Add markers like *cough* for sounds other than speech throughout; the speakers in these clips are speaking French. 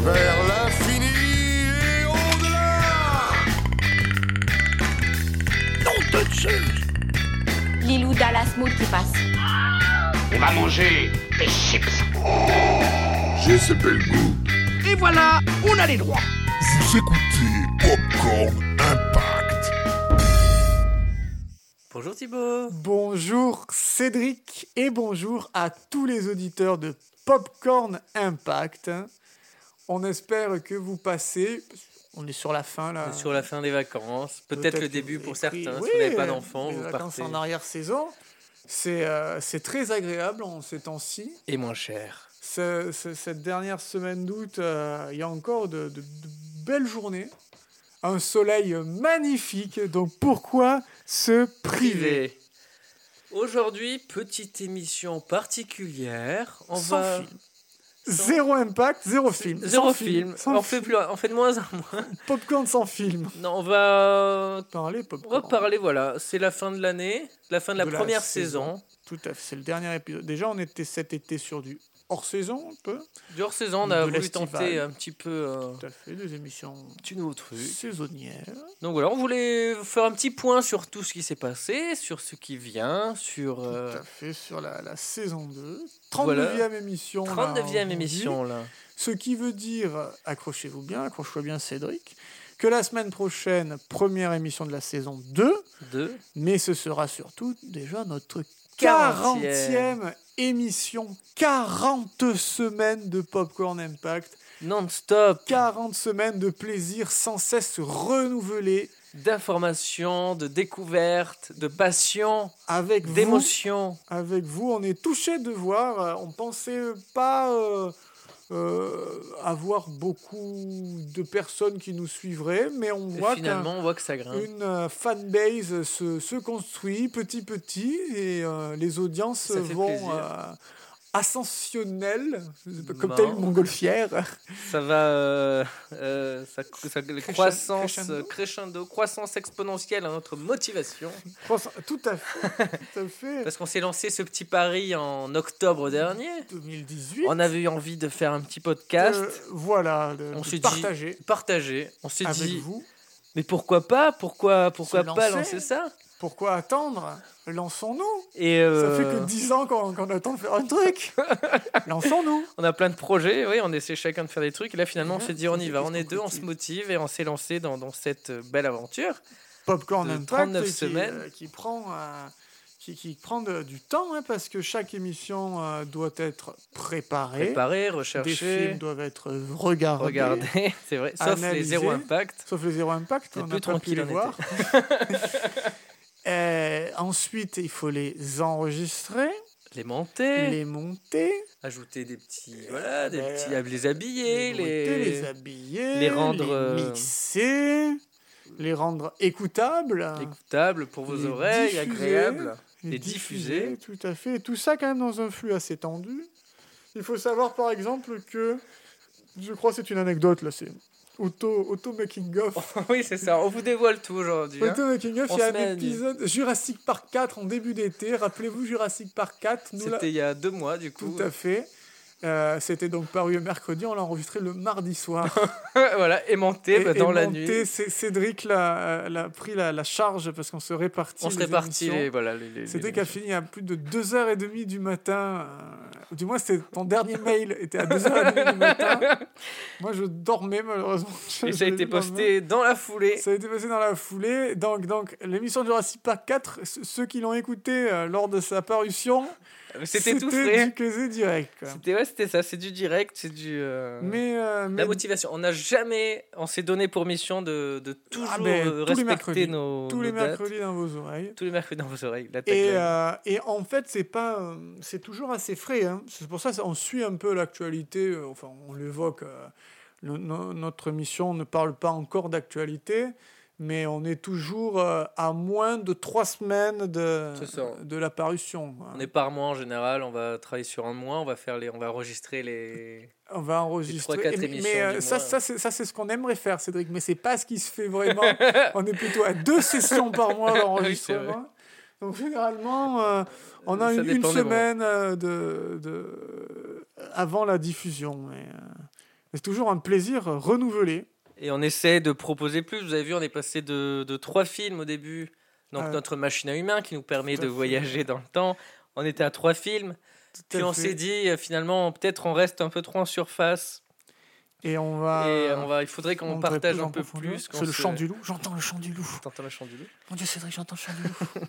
Vers l'infini et au-delà Nom de Dieu Lilou Dallas Mood qui passe. On va manger des chips J'ai ce bel goût. Et voilà, on a les droits Vous écoutez Popcorn Impact. Bonjour Thibaut Bonjour Cédric et bonjour à tous les auditeurs de Popcorn Impact. On espère que vous passez. On est sur la fin là. Sur la fin des vacances, peut-être le que début vous pour avez pris- certains, oui, si euh, vous n'avez pas d'enfants, les vous vacances partez. en arrière-saison. C'est euh, c'est très agréable en ces temps-ci. Et moins cher. Ce- ce- cette dernière semaine d'août, euh, il y a encore de, de- de belles journées. Un soleil magnifique. Donc pourquoi se priver Privé Aujourd'hui, petite émission particulière. On Sans va... film. Zéro impact, zéro film. Zéro Sans film. Sans on, fait plus... on fait de moins en moins. Popcorn sans film. Non, on va euh, Parler popcorn. reparler, voilà. C'est la fin de l'année, la fin de la De la première saison. saison. Tout à fait, c'est le dernier épisode. Déjà, on était cet été sur du hors saison, un peu. Du hors-saison, on a De voulu l'estival. tenter un petit peu... euh, Tout à fait, des émissions du nouveau truc. saisonnières. Donc voilà, on voulait faire un petit point sur tout ce qui s'est passé, sur ce qui vient, sur euh, Tout à fait, sur la, la saison 2. 39e Voilà. émission. là, 39e on émission là. dit. Ce qui veut dire, accrochez-vous bien, accrochez-vous bien Cédric, que la semaine prochaine, première émission de la saison 2, De mais ce sera surtout déjà notre 40e. 40e émission. 40 semaines de Popcorn Impact. non-stop 40 semaines de plaisir sans cesse renouvelé d'informations, de découvertes, de passions, avec vous. d'émotions. Avec vous, on est touché de voir. euh, On pensait euh, pas euh, euh, avoir beaucoup de personnes qui nous suivraient, mais on Et voit Finalement, on voit que ça grimpe. qu'une euh, fanbase se, se construit petit petit et euh, les audiences Ça fait vont plaisir. euh, ascensionnelles, comme Marrant. telle une montgolfière. *laughs* Ça va, euh, euh, ça, ça- la Crescendo- croissance crescendo euh, crescendo, croissance exponentielle à notre motivation. Tout à fait. Tout à fait. Parce qu'on s'est lancé ce petit pari en octobre dernier. 2018. On avait eu envie de faire un petit podcast. Euh, voilà, de, on de s'est dit- partager partagé. On s'est avec dit, vous. mais pourquoi pas Pourquoi, pourquoi Se pas lancer. lancer ça Pourquoi attendre Lançons-nous Et Ça fait euh, que 10 ans qu'on qu'on attend de faire *laughs* un truc Lançons-nous on a plein de projets, oui, on essaie chacun de faire des trucs. Et là, finalement, on Ouais, s'est dit, on y qu'est-ce va, on qu'on est deux, on cultive se motive et on s'est lancé dans, dans cette euh, belle aventure. Popcorn De Impact 39 qui, semaines. euh, qui prend, euh, qui, qui prend de- du temps, hein, parce que chaque émission euh, doit être préparée. Préparer, Des films rechercher, doivent être regardés. regarder, *laughs* c'est vrai. Sauf les analyser. zéro impact. Sauf les Zéro Impact, C'est on plus n'a pas pu tranquille les en été. *laughs* voir. Euh, ensuite, il faut les enregistrer, Les monter, les monter, ajouter des petits, voilà, des mais, petits, à les habiller, monter, les, les habiller, les rendre, les euh, mixer, les rendre écoutables, écoutables pour vos les oreilles, diffuser. agréables. *laughs* et les diffuser. Tout à fait. Et tout ça quand même dans un flux assez tendu. Il faut savoir par exemple que, je crois que c'est une anecdote là, c'est auto auto making of. oui, c'est ça. On vous dévoile tout aujourd'hui. hein. Auto making of, On il y a se met à un nu. épisode Jurassic Park 4 en début d'été. Rappelez-vous Jurassic Park 4. Nous l'a- C'était il y a deux mois, du coup. *laughs* Tout à fait. Euh, C'était donc paru mercredi, on l'a enregistré le *laughs* mardi soir. voilà, aimanté bah, Et- dans et la monter, nuit. Cé- Cédric l'a l'a pris la, la charge parce qu'on se répartit. On se les répartit émissions. les. Voilà, les, les- les- C'était qu'à fini à plus de 2h30 du matin. euh, ou du moins, c'était ton dernier mail était à 2h30 *laughs* du matin. Moi, je dormais malheureusement. Et Je- ça a je été dormais. posté dans la foulée. Ça a été passé dans la foulée. Donc, donc l'émission de Jurassic Park 4, ce- ceux qui l'ont écouté euh, lors de sa parution, C'était tout du frais. Closé direct. quoi. C'était ouais, c'était ça. C'est du direct, c'est du. euh, Mais, euh, mais La motivation. On n'a jamais. On s'est donné pour mission de, de toujours Ah, mais euh, tous les respecter mercredis. nos. tous nos les dates. mercredis dans vos oreilles. Tous les mercredis *laughs* dans vos oreilles. la Et, tagline. euh, et en fait, c'est pas, euh, c'est toujours assez frais. hein. C'est pour ça qu'on suit un peu l'actualité. euh, Enfin, on l'évoque. euh, le- no- notre mission ne parle pas encore d'actualité, mais on est toujours euh, à moins de trois semaines de, C'est ça. de la parution. hein. quoi. On est par mois en général. On va travailler sur un mois. On va faire les. On va enregistrer les. On va trois, enregistrer. quatre Et- mais émissions euh, du ça, mois. ça, c'est, ça, c'est ce qu'on aimerait faire, Cédric. Mais c'est pas ce qui se *laughs* fait vraiment. on est plutôt à deux sessions par mois Oui, c'est vrai. d'enregistrement. Donc généralement, euh, on a Ça une, une dépend des moments. semaine euh, de, de, avant la diffusion. Et, euh, c'est toujours un plaisir euh, renouvelé. Et on essaie de proposer plus. Vous avez vu, on est passé de, de trois films au début. Donc Ah. notre machine à humains qui nous permet Tout à de fait. voyager dans le temps. On était à trois films. Tout à Puis on fait. s'est dit euh, finalement peut-être on reste un peu trop en surface. Et on va. et euh, on va, il faudrait qu'on on devrait partage plus un en peu profondeur. plus. qu'on C'est le se- chant du loup. J'entends le chant du loup. T'entends le chant du loup Mon Dieu, Cédric, j'entends le chant du loup.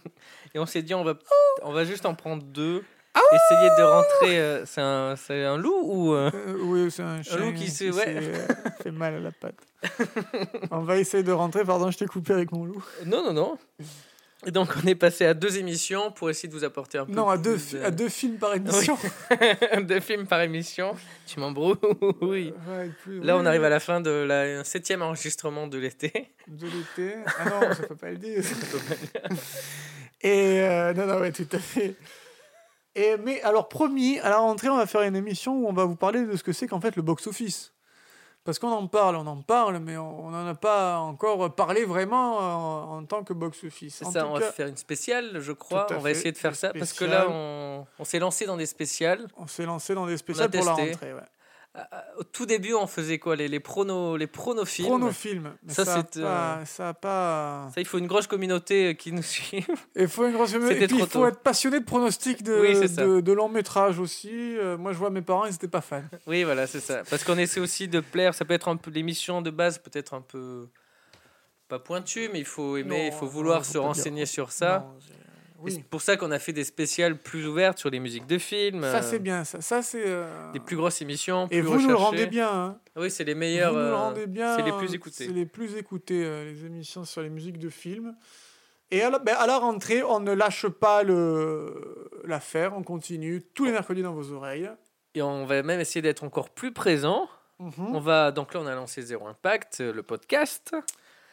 Et on s'est dit on va, Oh on va juste en prendre deux. Ah Essayer de rentrer. euh, c'est un, c'est un loup ou euh, Euh, oui, c'est un chien loup qui se- ouais. s'est- euh, fait mal à *laughs* la patte. on va essayer de rentrer. Pardon, je t'ai coupé avec mon loup. Non, non, non. *laughs* Et donc, on est passé à deux émissions pour essayer de vous apporter un peu Non, à plus euh, deux, de- fi- *laughs* à deux films par émission. deux films par émission. Tu m'embrouilles. *laughs* Ouais, et puis- Là, on Euh, oui, arrive à la fin de la un septième enregistrement de l'été. de l'été. Ah non, ça peut pas le dire. *laughs* Et euh, non, non, ouais, tout à fait. Et, mais alors, promis, à la rentrée, on va faire une émission où on va vous parler de ce que c'est qu'en fait le box-office. Parce qu'on en parle, on en parle, mais on n'en a pas encore parlé vraiment euh, en, en tant que box-office. C'est En ça, tout on va cas, faire une spéciale, je crois. Tout à On va fait, essayer de faire des ça parce que là, spéciales. on, on s'est lancé dans des spéciales. on s'est lancé dans des spéciales pour la testé. rentrée. Ouais. Au tout début, on faisait quoi Les, les pronos, les pronofilms. Chronofilm. Mais Ça, euh, ça, a c'est, pas- ça a pas. Ça, il faut une grosse communauté euh, qui nous *laughs* suit. Il faut une grosse et C'était puis il trop faut tôt. être passionné de pronostics de, Oui, c'est ça. de, de long métrage aussi. Euh, moi, je vois mes parents, ils n'étaient pas fans. Oui, voilà, c'est ça. Parce qu'on essaie aussi de plaire. Ça peut être un peu l'émission de base, peut-être un peu pas pointue, mais il faut aimer, il Non, faut non, vouloir faut se pas dire. renseigner sur ça. Non, c'est- Et oui. C'est pour ça qu'on a fait des spéciales plus ouvertes sur les musiques de films. Ça, euh, c'est bien, ça. Ça, c'est. euh, Des plus grosses émissions, plus Et vous nous le recherchées. rendez bien. hein. Oui, c'est les Vous meilleurs. nous le euh, rendez bien. c'est les hein. plus écoutés. C'est les plus écoutés, euh, les émissions sur les musiques de films. Et à la, ben, à la rentrée, on ne lâche pas le- l'affaire. On continue tous les mercredis dans vos oreilles. Et on va même essayer d'être encore plus présent. Mhm. On va donc là, on a lancé Zéro Impact, euh, le podcast,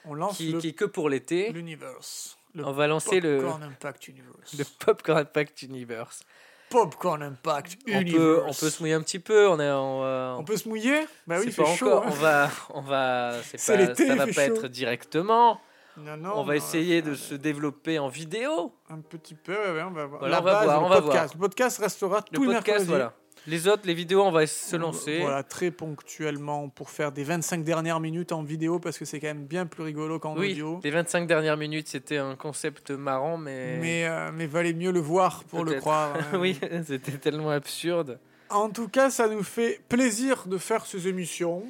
On lance qui, le- qui est que pour l'été. l'Universe. Le *laughs* On va lancer Ah, le, Popcorn Impact Universe. le Popcorn Impact Universe. Popcorn Impact On Universe. peut, on peut se mouiller un petit peu. On est, on, va- On peut se mouiller Bah oui, c'est il fait pas chaud. encore. hein. On va, on va. *laughs* C'est C'est pas- l'été, ça il va fait pas chaud. être directement. Non, non, on va mais essayer faire de se développer en vidéo. Un petit peu, ouais, ouais, on va voir. Voilà, La on va base, voir, le on va podcast. Le podcast restera Le tous les podcast, mercredis. voilà. Les autres, les vidéos, on va se lancer. Voilà, très ponctuellement pour faire des 25 dernières minutes en vidéo parce que c'est quand même bien plus rigolo qu'en oui, audio. les 25 dernières minutes, c'était un concept marrant, mais. Mais, euh, mais valait mieux le voir pour le Peut-être. croire. *laughs* hein. oui, *laughs* c'était tellement absurde. En tout cas, ça nous fait plaisir de faire ces émissions.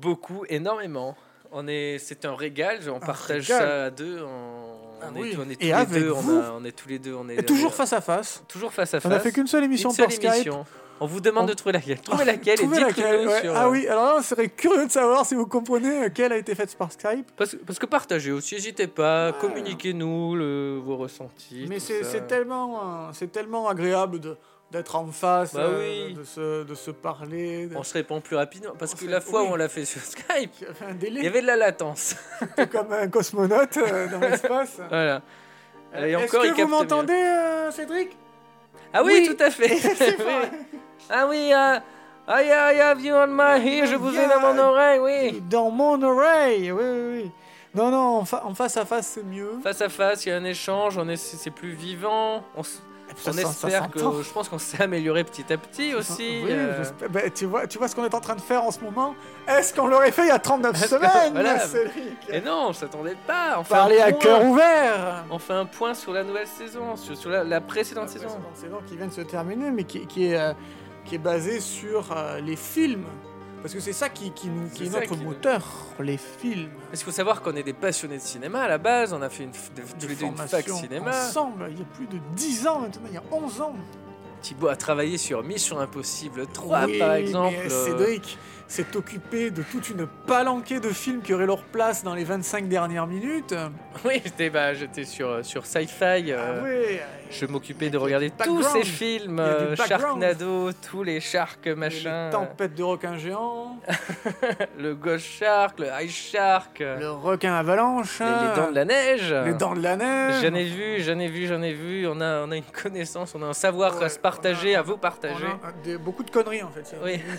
Beaucoup, énormément. On est, c'est un régal. On partage régal. ça à deux. On, Ah on est, oui. on est Et tous les avec deux. on vous. a- on est tous les deux. On est Et toujours on est- face à face. toujours face à On face. n'a fait qu'une seule émission Une seule par Skype. émission. On vous demande On- de trouver laquelle. *laughs* Trouvez laquelle et Trouvez dites-le Ah, laquelle, nous ouais. sur, Ah euh, oui, alors là, on serait curieux de savoir si vous comprenez euh, quelle a été faite par Skype. euh, Parce, parce que partagez aussi, n'hésitez pas, communiquez-nous le- vos ressentis. Mais tout c'est ça. c'est tellement, euh, c'est tellement agréable de- d'être en face, Bah euh, oui. de, se, de se parler. de- *laughs* On se répond plus rapidement parce On que se la répond- fois oui. où on l'a fait sur *laughs* *laughs* Skype, Il y avait un il délai, y avait de la latence. *laughs* c'était comme un cosmonaute euh, dans l'espace. voilà. *laughs* Euh, Et Est-ce encore, il que capte vous mieux. m'entendez, euh, Cédric Ah oui, Oui. tout à fait. *laughs* C'est vrai. Ah oui, ah aïe aïe, have you on my ear, je vous ai dans mon oreille, oui. Dans mon oreille, oui, oui, oui. Non, non, en, fa- en face à face, c'est mieux. Face à face, il y a un échange, on est, c'est c'est plus vivant. On, s- on Ça s'en- ça espère que, s'entend. je pense qu'on s'est amélioré petit à petit aussi. Oui, euh, j'espère- bah, tu, vois, tu vois ce qu'on est en train de faire en ce moment Est-ce qu'on l'aurait fait il y a 39 Est-ce que- semaines, voilà. Cédric Et non, on s'attendait pas. On fait Parler un à point. cœur ouvert On fait un point sur la nouvelle saison, sur, sur la, la précédente C'est saison. saison qui vient de se terminer, mais qui, qui est, euh, qui est basée sur euh, les films. Parce que c'est ça qui, qui, nous, qui C'est est ça notre qui nous- moteur, les films. Parce qu'il faut savoir qu'on est des passionnés de cinéma à la base, on a fait une, f- de- tous les deux une fac formation cinéma. Ensemble, il y a plus de 10 ans maintenant, il y a 11 ans. Thibaut a travaillé sur Mission Impossible 3 Oui, par exemple. Mais euh, Cédric s'est occupé de toute une palanquée de films qui auraient leur place dans les 25 dernières minutes. Euh. *laughs* Oui, j'étais bah, j'étais sur, euh, sur Sci-Fi. euh, oui, Je m'occupais de regarder du tous ces background. films, Il y a du euh, background. Sharknado, tous les Shark machin, les tempêtes de requins géants, euh, le Ghost Shark, *laughs* le High Shark, euh, le requin avalanche, les, les Dents de la Neige. les dents de la neige. J'en ai vu, j'en ai vu, j'en ai vu. On a, on a une connaissance, on a un savoir Ouais, à se partager, on a- à vous partager, On a des- beaucoup de conneries en fait. C'est Oui. Une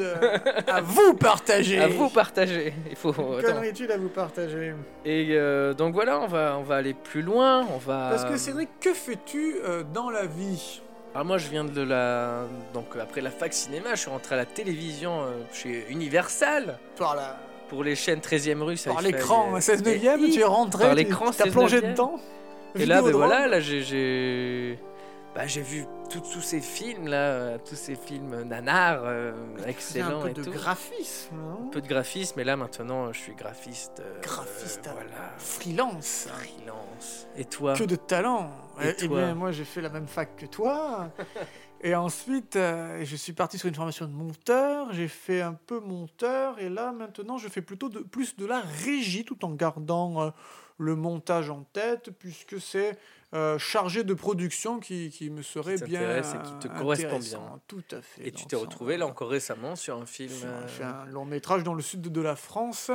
*laughs* euh, à vous partager. à vous partager. *laughs* Il faut. Une attends. conneritude à vous partager. Et euh, donc voilà, on va, on va aller plus loin. On va. Parce que Cédric, que fais-tu euh, dans euh, la vie Alors Ah, moi je viens de la... Donc après la fac cinéma, je suis rentré à la télévision euh, chez Universal Par la- pour les chaînes 13e rue. ça, par il l'écran, fallait- 16 neuvième, tu es rentré, Par tu- l'écran, t'as 16 plongé neuvième. dedans. Et là, ben Vidéodrome. voilà, là j'ai- j'ai bah, j'ai vu tout- tous ces films là, euh, tous ces films nanars euh, C'est un excellents peu et de tout. graphisme, hein. non Un peu de graphisme, et là maintenant je suis graphiste. euh, Graphiste, euh, hein. voilà. Freelance. Freelance. Et toi Que de talent. Et Et toi bien, moi, j'ai fait la même fac *laughs* que toi. et ensuite, euh, je suis parti sur une formation de monteur. J'ai fait un peu monteur. Et là, maintenant, je fais plutôt de, plus de la régie tout en gardant euh, le montage en tête, puisque c'est euh, chargé de production qui, qui me serait Qui bien. t'intéresse et qui te euh, correspond intéressant. bien. Tout à fait. Et dans tu le t'es sens. retrouvé là encore récemment sur un film. Sur- euh, J'ai fait un long métrage dans le sud de la France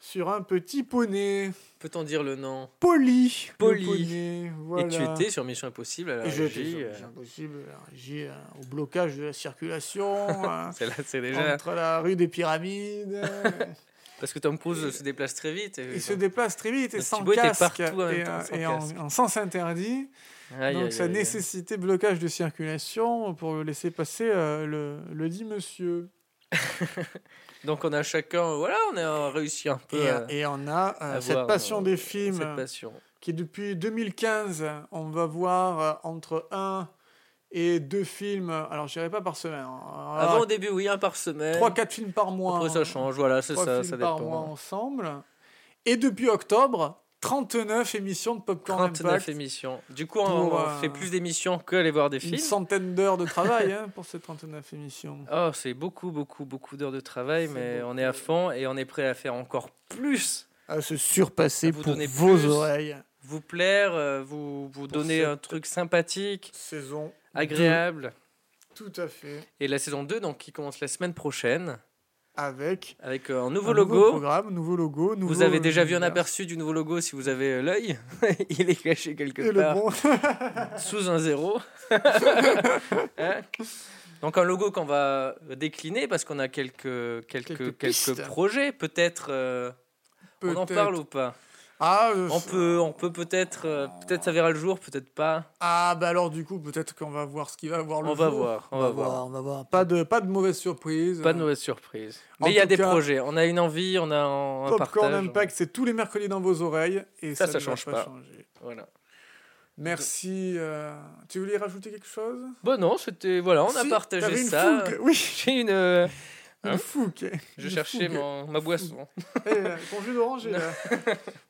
sur un petit poney. Peut-on dire le nom Poli. le Poli. poney, voilà. Et tu étais sur Mission Impossible à la Et je régie, j'ai euh, impossible, la régie, euh, au blocage de *laughs* la circulation, euh, C'est là, c'est déjà. entre la rue des pyramides. *laughs* euh, Parce que Tom Cruise se déplace très vite. et- il se déplace très vite et Le sans Thibaut était casque. partout en même et, temps, euh, sans et en, casque. en sens interdit. Aïe, donc aïe, ça aïe, aïe. nécessitait blocage de circulation pour laisser passer euh, le, le dit monsieur. Donc on a chacun, voilà, on a réussi un peu Et, à, et on a euh, à cette voir, passion euh, des films. Cette passion. qui est depuis 2015, on va voir euh, entre un et deux films. Alors, je dirais pas par semaine. hein. Avant au début, oui, un par semaine. 3-4 films par ah, mois. hein. Après ça change, voilà, c'est Trois ça, films ça par mois dépend. ensemble. Et depuis octobre, 39 émissions de Popcorn 39 Impact. émissions. Du coup, on, Pour, on euh, fait plus d'émissions que aller voir des Une films. centaine d'heures de travail hein, pour ces 39 émissions. Oh, c'est beaucoup, beaucoup, beaucoup d'heures de travail, C'est mais beaucoup. on est à fond et on est prêt à faire encore plus. À se surpasser À vous pour donner vos plus. oreilles. Vous plaire, euh, vous, vous Pour donner cette- un truc sympathique, Saison. agréable. Tout à fait. Et la saison 2, donc, qui commence la semaine prochaine, Avec avec euh, un nouveau un logo. programme, nouveau logo. Nouveau vous avez déjà vu un univers. aperçu du nouveau logo si vous avez euh, l'œil. *laughs* Il est caché quelque Et le part. *laughs* bon. sous un *laughs* zéro. Hein Donc un logo qu'on va euh, décliner parce qu'on a quelques quelques Quelques quelques pistes. projets peut-être. euh, on en parle Peut-être. ou pas Ah, euh, On peut on peut peut-être euh, peut-être ça verra le jour peut-être pas. Ah bah alors du coup peut-être qu'on va voir ce qui va avoir le On va jour. voir on va voir. on va voir. Pas de pas de mauvaise surprise. Pas de mauvaise surprise. En Mais il y a tout des cas, projets. On a une envie on a un, un Popcorn partage. Impact, c'est tous les mercredis dans vos oreilles et Ça, ça, ça ne va change pas. changer. Voilà. Merci. euh, Tu voulais rajouter quelque chose Bon Bah non c'était voilà on a Si, partagé t'avais une ça. fougue. Oui, *laughs* J'ai une euh, une Hein fougue. je Une cherchais fougue. mon, ma boisson. Eh, euh, ton jus d'orange est là.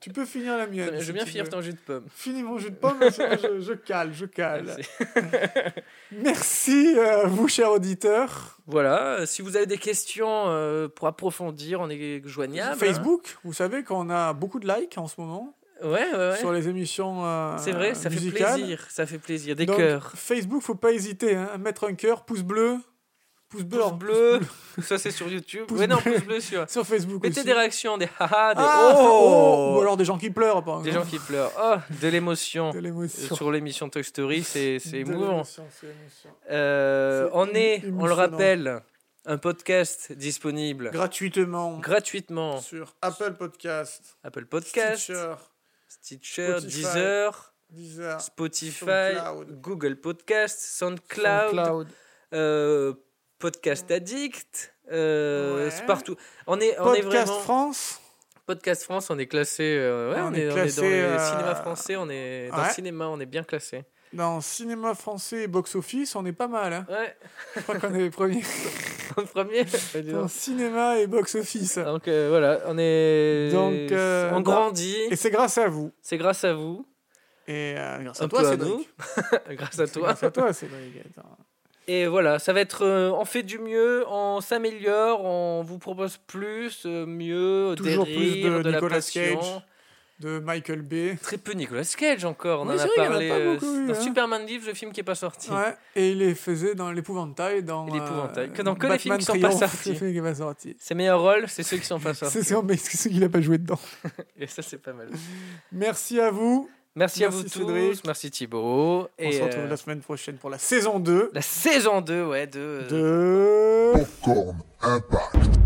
tu peux finir la mienne. Je si veux bien tu finir veux. ton jus de pomme. Finis mon jus de pomme, sinon je, je cale, je cale. Merci. Merci, euh, vous, chers auditeurs. Voilà, euh, si vous avez des questions euh, pour approfondir, on est joignable. hein. Facebook, vous savez qu'on a beaucoup de likes en ce moment Ouais, ouais, ouais. sur les émissions euh, C'est vrai, ça musicales. fait plaisir, ça fait plaisir. Des Donc, cœurs. Facebook, faut pas hésiter hein, à mettre un cœur, pouce bleu, *laughs* pouce bleu, Pouce alors, bleu, *laughs* ça c'est sur YouTube. Pouce Ouais, non, bleu. pouce bleu *laughs* sur. sur Facebook Mettez aussi. des réactions, des haha, des Ah, oh, oh ou alors des gens qui pleurent, par Des gens qui pleurent. Oh, de l'émotion. de l'émotion. Euh, Sur l'émission Toy Story, c'est c'est De émouvant. l'émotion, c'est émotion. Euh, C'est on est, émo- on le émotionnant. rappelle, un podcast disponible Gratuitement gratuitement. sur Apple Podcast, Apple Podcast, Stitcher, Stitcher, Spotify. Deezer. Deezer, Spotify, Ah, SoundCloud. Google Podcast, SoundCloud, SoundCloud, euh, Podcast Addict, euh, Ouais. c'est partout. On est, on est Podcast vraiment France. Podcast France, on est classé. euh, ouais, On on, est est, on est classé, dans les euh, cinémas français, on est dans le ouais. cinéma, on est bien classé. Dans cinéma français et box-office, on est pas mal. hein. Ouais, *laughs* Je crois qu'on est les premiers. en premier. Ouais, dis Dans donc. cinéma et box-office. Donc euh, voilà, on est. Donc, euh, on non. grandit. Et c'est grâce à vous. C'est grâce à vous, *laughs* Et euh, grâce un à peu toi, à c'est nous, grâce à toi. Grâce à toi, Cédric. Attends. Et voilà, ça va être. euh, on fait du mieux, on s'améliore, on vous propose plus, euh, mieux, Toujours des plus rires, de de la Nicolas passion. Cage. de Michael Bay. Très peu Nicolas Cage encore, on Oui, en c'est a vrai, il y en a parlé pas euh, beaucoup, dans hein. Superman Live, le film qui est pas sorti. Ouais, et il les faisait dans l'épouvantail, dans. Et l'épouvantail. euh, Que- dans que les films Batman qui sont pas Triomphe, sortis. les films qui sont pas sortis. Ses meilleurs rôles, c'est ceux qui sont pas *laughs* C'est sortis. c'est- mais c'est ceux qu'il n'a pas joué dedans. Et ça, c'est pas mal. Merci à vous. Merci, à vous Merci, Cédric. tous, merci Thibaut. On Et se retrouve euh, la semaine prochaine pour la saison 2 la saison 2, ouais, de. de. Popcorn Impact.